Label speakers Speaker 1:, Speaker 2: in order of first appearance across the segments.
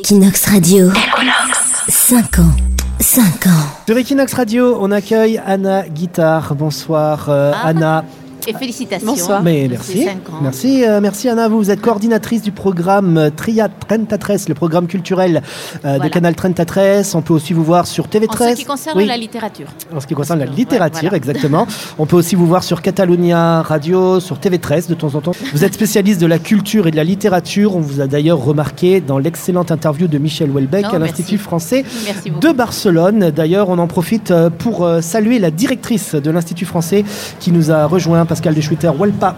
Speaker 1: Equinox Radio. 5 ans. 5 ans.
Speaker 2: Sur Equinox Radio, on accueille Anna Guitard. Bonsoir euh,
Speaker 3: Ah.
Speaker 2: Anna.
Speaker 3: Et félicitations.
Speaker 4: Bonsoir.
Speaker 2: Mais
Speaker 3: Parce que
Speaker 2: merci.
Speaker 3: cinq ans.
Speaker 2: Merci, euh, merci Anna. Vous, vous êtes coordinatrice du programme euh, Tria 33, le programme culturel euh, de
Speaker 3: Voilà.
Speaker 2: Canal 33. On peut aussi vous voir sur TV13.
Speaker 3: En ce qui concerne
Speaker 2: Oui,
Speaker 3: la littérature.
Speaker 2: en ce qui concerne la
Speaker 3: Ouais,
Speaker 2: littérature,
Speaker 3: voilà.
Speaker 2: exactement. On peut aussi vous voir sur Catalunya Radio, sur TV13 de temps en temps. Vous êtes spécialiste de la culture et de la littérature. On vous a d'ailleurs remarqué dans l'excellente interview de Michel Houellebecq
Speaker 3: Non,
Speaker 2: à
Speaker 3: merci.
Speaker 2: l'Institut français
Speaker 3: Merci beaucoup.
Speaker 2: de Barcelone. D'ailleurs, on en profite euh, pour euh, saluer la directrice de l'Institut français qui nous a rejoint, Pascal de Schwitter Walpa.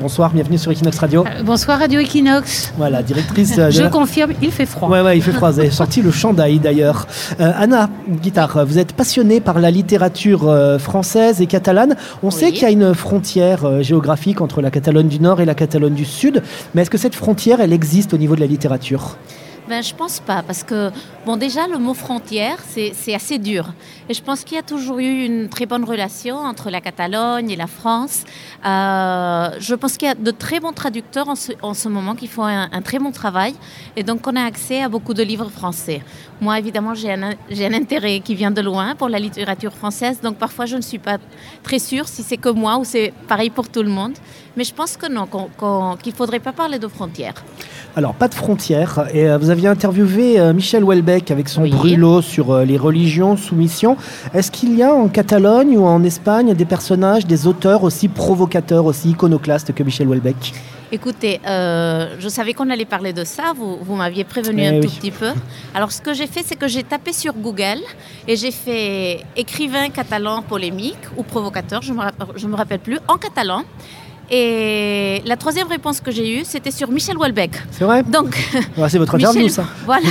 Speaker 2: Bonsoir, bienvenue sur Equinox Radio.
Speaker 5: Euh, Bonsoir Radio Equinox.
Speaker 2: Voilà, directrice euh, de
Speaker 5: Je
Speaker 2: la-
Speaker 5: confirme, il fait froid.
Speaker 2: Ouais, ouais, il fait froid. Vous avez sorti le chandail d'ailleurs. Euh, Anna, guitare, vous êtes passionnée par la littérature euh, française et catalane. On sait
Speaker 3: Oui.
Speaker 2: qu'il y a une frontière euh, géographique entre la Catalogne du Nord et la Catalogne du Sud. Mais est-ce que cette frontière, elle existe au niveau de la littérature
Speaker 3: Ben, je pense pas, parce que, bon, déjà, le mot frontière, c'est c'est assez dur. Et je pense qu'il y a toujours eu une très bonne relation entre la Catalogne et la France. Euh, je pense qu'il y a de très bons traducteurs en ce, en ce moment qui font un, un très bon travail. Et donc, on a accès à beaucoup de livres français. Moi, évidemment, j'ai un, j'ai un intérêt qui vient de loin pour la littérature française. Donc, parfois, je ne suis pas très sûre si c'est que moi ou c'est pareil pour tout le monde. Mais je pense que non, qu'on- qu'on- qu'il ne faudrait pas parler de frontières.
Speaker 2: Alors, pas de frontière. Et euh, vous aviez interviewé euh, Michel Houellebecq avec son
Speaker 3: Oui.
Speaker 2: brûlot sur euh, les religions, soumission. Est-ce qu'il y a en Catalogne ou en Espagne des personnages, des auteurs aussi provocateurs, aussi iconoclastes que Michel Houellebecq
Speaker 3: Écoutez, euh, je savais qu'on allait parler de ça, vous, vous m'aviez prévenu
Speaker 2: Eh
Speaker 3: un
Speaker 2: oui.
Speaker 3: tout petit peu. Alors ce que j'ai fait, c'est que j'ai tapé sur Google et j'ai fait écrivain catalan polémique ou provocateur, je ne me, rapp- je me rappelle plus, en catalan. Et la troisième réponse que j'ai eue, c'était sur Michel Houellebecq.
Speaker 2: C'est vrai
Speaker 3: Donc,
Speaker 2: Ouais, C'est votre interview,
Speaker 3: Michel,
Speaker 2: ça
Speaker 3: voilà,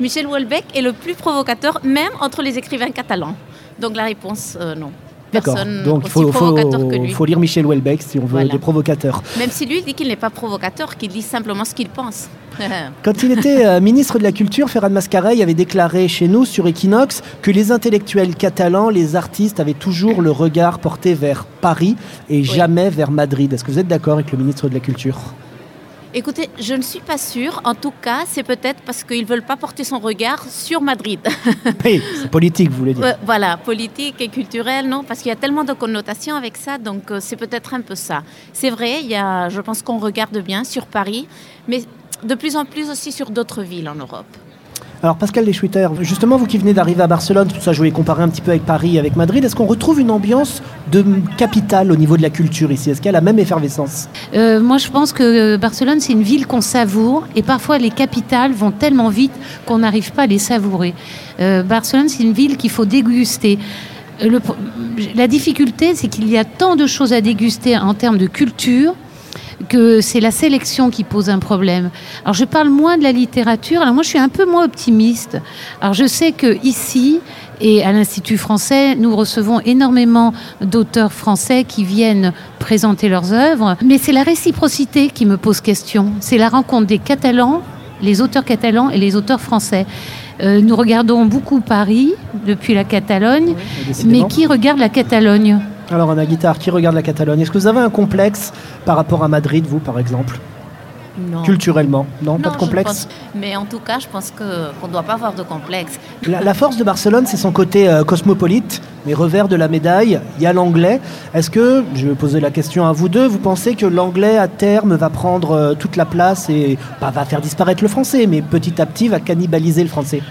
Speaker 3: Michel Houellebecq est le plus provocateur, même entre les écrivains catalans. Donc la réponse, euh, non.
Speaker 2: D'accord.
Speaker 3: Personne
Speaker 2: Donc, il
Speaker 3: aussi
Speaker 2: faut, faut,
Speaker 3: provocateur que lui.
Speaker 2: faut lire Michel Houellebecq si on veut
Speaker 3: Voilà.
Speaker 2: des provocateurs.
Speaker 3: Même si lui dit qu'il n'est pas provocateur, qu'il dit simplement ce qu'il pense.
Speaker 2: Quand il était euh, ministre de la Culture, Ferran Mascarell avait déclaré chez nous, sur Equinox, que les intellectuels catalans, les artistes, avaient toujours le regard porté vers Paris et jamais vers Madrid. Est-ce que vous êtes d'accord avec le ministre de la Culture
Speaker 3: Écoutez, je ne suis pas sûre. En tout cas, c'est peut-être parce qu'ils ne veulent pas porter son regard sur Madrid.
Speaker 2: Oui, c'est politique, vous voulez dire.
Speaker 3: Euh, voilà, politique et culturelle, non Parce qu'il y a tellement de connotations avec ça, donc euh, c'est peut-être un peu ça. C'est vrai, il y a, je pense qu'on regarde bien sur Paris, mais de plus en plus aussi sur d'autres villes en Europe.
Speaker 2: Alors, Pascal Deschwitter, justement, vous qui venez d'arriver à Barcelone, tout ça, je voulais comparer un petit peu avec Paris, avec Madrid. Est-ce qu'on retrouve une ambiance de capitale au niveau de la culture ici Est-ce qu'il y a la même effervescence
Speaker 5: Euh, moi, je pense que euh, Barcelone, c'est une ville qu'on savoure et parfois les capitales vont tellement vite qu'on n'arrive pas à les savourer. Euh, Barcelone, c'est une ville qu'il faut déguster. Euh, le pro- la difficulté, c'est qu'il y a tant de choses à déguster en termes de culture que c'est la sélection qui pose un problème. Alors je parle moins de la littérature, alors moi je suis un peu moins optimiste. Alors je sais que ici et à l'Institut français, nous recevons énormément d'auteurs français qui viennent présenter leurs œuvres, mais c'est la réciprocité qui me pose question. C'est la rencontre des Catalans, les auteurs catalans et les auteurs français. Euh, nous regardons beaucoup Paris depuis la Catalogne, mais
Speaker 2: décidément
Speaker 5: qui regarde la Catalogne
Speaker 2: Alors, Anna Guitard, qui regarde la Catalogne Est-ce que vous avez un complexe par rapport à Madrid, vous, par exemple
Speaker 3: Non.
Speaker 2: Culturellement Non, pas
Speaker 3: Non,
Speaker 2: de
Speaker 3: je
Speaker 2: complexe
Speaker 3: pense- mais en tout cas, je pense que- qu'on ne doit pas avoir de complexe.
Speaker 2: la, la force de Barcelone, c'est son côté euh, cosmopolite, mais revers de la médaille, il y a l'anglais. Est-ce que, je vais poser la question à vous deux, vous pensez que l'anglais, à terme, va prendre euh, toute la place et pas va faire disparaître le français, mais petit à petit va cannibaliser le français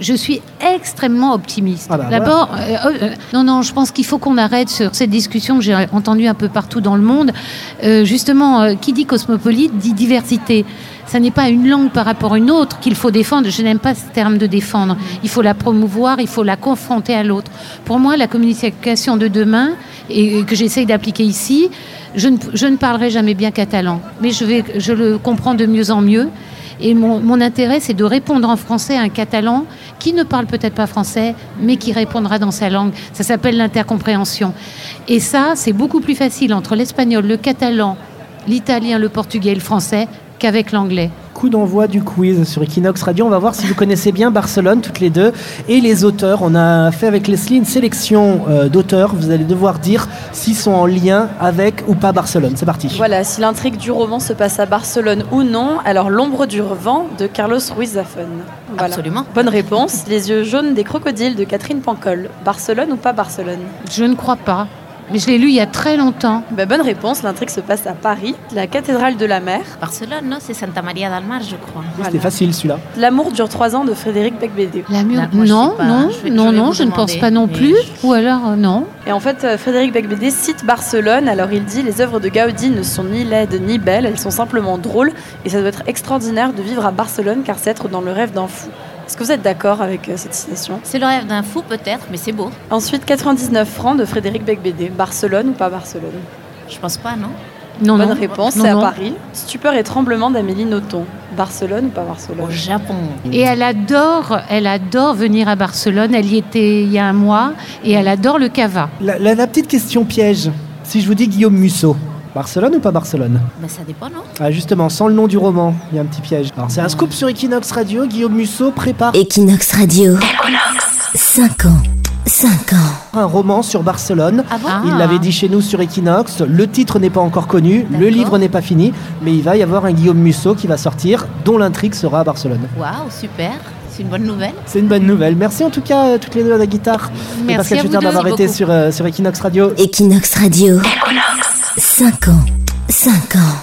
Speaker 5: Je suis extrêmement optimiste.
Speaker 2: Ah bah voilà.
Speaker 5: D'abord, euh, euh, non, non, je pense qu'il faut qu'on arrête sur cette discussion que j'ai entendue un peu partout dans le monde. Euh, justement, euh, qui dit cosmopolite dit diversité. Ça n'est pas une langue par rapport à une autre qu'il faut défendre. Je n'aime pas ce terme de défendre.
Speaker 2: Mm.
Speaker 5: Il faut la promouvoir, il faut la confronter à l'autre. Pour moi, la communication de demain, et et que j'essaye d'appliquer ici, je ne, je ne parlerai jamais bien catalan, mais je, vais, je le comprends de mieux en mieux. Et mon, mon intérêt, c'est de répondre en français à un catalan qui ne parle peut-être pas français, mais qui répondra dans sa langue. Ça s'appelle l'intercompréhension. Et ça, c'est beaucoup plus facile entre l'espagnol, le catalan, l'italien, le portugais et le français qu'avec l'anglais.
Speaker 2: Coup d'envoi du quiz sur Equinox Radio. On va voir si vous connaissez bien Barcelone, toutes les deux, et les auteurs. On a fait avec Leslie une sélection euh, d'auteurs. Vous allez devoir dire s'ils sont en lien avec ou pas Barcelone. C'est parti.
Speaker 4: Voilà, si l'intrigue du roman se passe à Barcelone ou non, alors L'ombre du vent de Carlos Ruiz Zafón. Voilà.
Speaker 3: Absolument.
Speaker 4: Bonne réponse. Les yeux jaunes des crocodiles de Catherine Pancol. Barcelone ou pas Barcelone
Speaker 5: Je ne crois pas. Mais je l'ai lu il y a très longtemps.
Speaker 4: Bah, bonne réponse, l'intrigue se passe à Paris, la cathédrale de la mer.
Speaker 3: Barcelone, non C'est Santa Maria del Mar, je crois.
Speaker 2: Oui, C'était facile celui-là.
Speaker 4: L'amour dure trois ans de Frédéric Becbédé.
Speaker 5: L'amour, non, non, non, non, je ne pense pas non plus. Ou alors, euh, non.
Speaker 4: Et en fait, euh, Frédéric Becbédé cite Barcelone, alors il dit Les œuvres de Gaudi ne sont ni laides ni belles, elles sont simplement drôles, et ça doit être extraordinaire de vivre à Barcelone car c'est être dans le rêve d'un fou. Est-ce que vous êtes d'accord avec euh, cette citation
Speaker 3: C'est le rêve d'un fou peut-être, mais c'est beau.
Speaker 4: Ensuite, 99 francs de Frédéric Becbédé. Barcelone ou pas Barcelone
Speaker 3: Je pense pas, non
Speaker 5: non,
Speaker 4: Bonne
Speaker 5: non.
Speaker 4: réponse,
Speaker 5: Non,
Speaker 4: c'est à
Speaker 5: non.
Speaker 4: Paris. Stupeur et tremblement d'Amélie Nothomb. Barcelone ou pas Barcelone
Speaker 3: Au Japon.
Speaker 5: Et elle adore, elle adore venir à Barcelone. Elle y était il y a un mois et elle adore le cava.
Speaker 2: La, la- la petite question piège. Si je vous dis Guillaume Musso, Barcelone ou pas Barcelone
Speaker 3: Mais Ben, ça dépend, non
Speaker 2: Ah, Justement, sans le nom du roman, il y a un petit piège. Alors, c'est un scoop sur Equinox Radio. Guillaume Musso prépare
Speaker 1: Equinox Radio. 5 ans. 5 ans.
Speaker 2: un roman sur Barcelone.
Speaker 3: Ah bon
Speaker 5: Ah.
Speaker 2: Il l'avait dit chez nous sur Equinox. Le titre n'est pas encore connu, le
Speaker 3: D'accord.
Speaker 2: livre n'est pas fini, mais il va y avoir un Guillaume Musso qui va sortir, dont l'intrigue sera à Barcelone.
Speaker 3: Waouh, super. C'est une bonne nouvelle.
Speaker 2: C'est une bonne nouvelle. Merci en tout cas, euh, toutes les deux à la guitare.
Speaker 5: Merci
Speaker 2: et Pascal
Speaker 5: à vous
Speaker 2: Schutter
Speaker 5: deux.
Speaker 2: d'avoir
Speaker 5: Merci
Speaker 2: été
Speaker 5: beaucoup.
Speaker 2: sur, euh, sur Equinox Radio.
Speaker 1: Equinox Radio. 5 ans. 5 ans.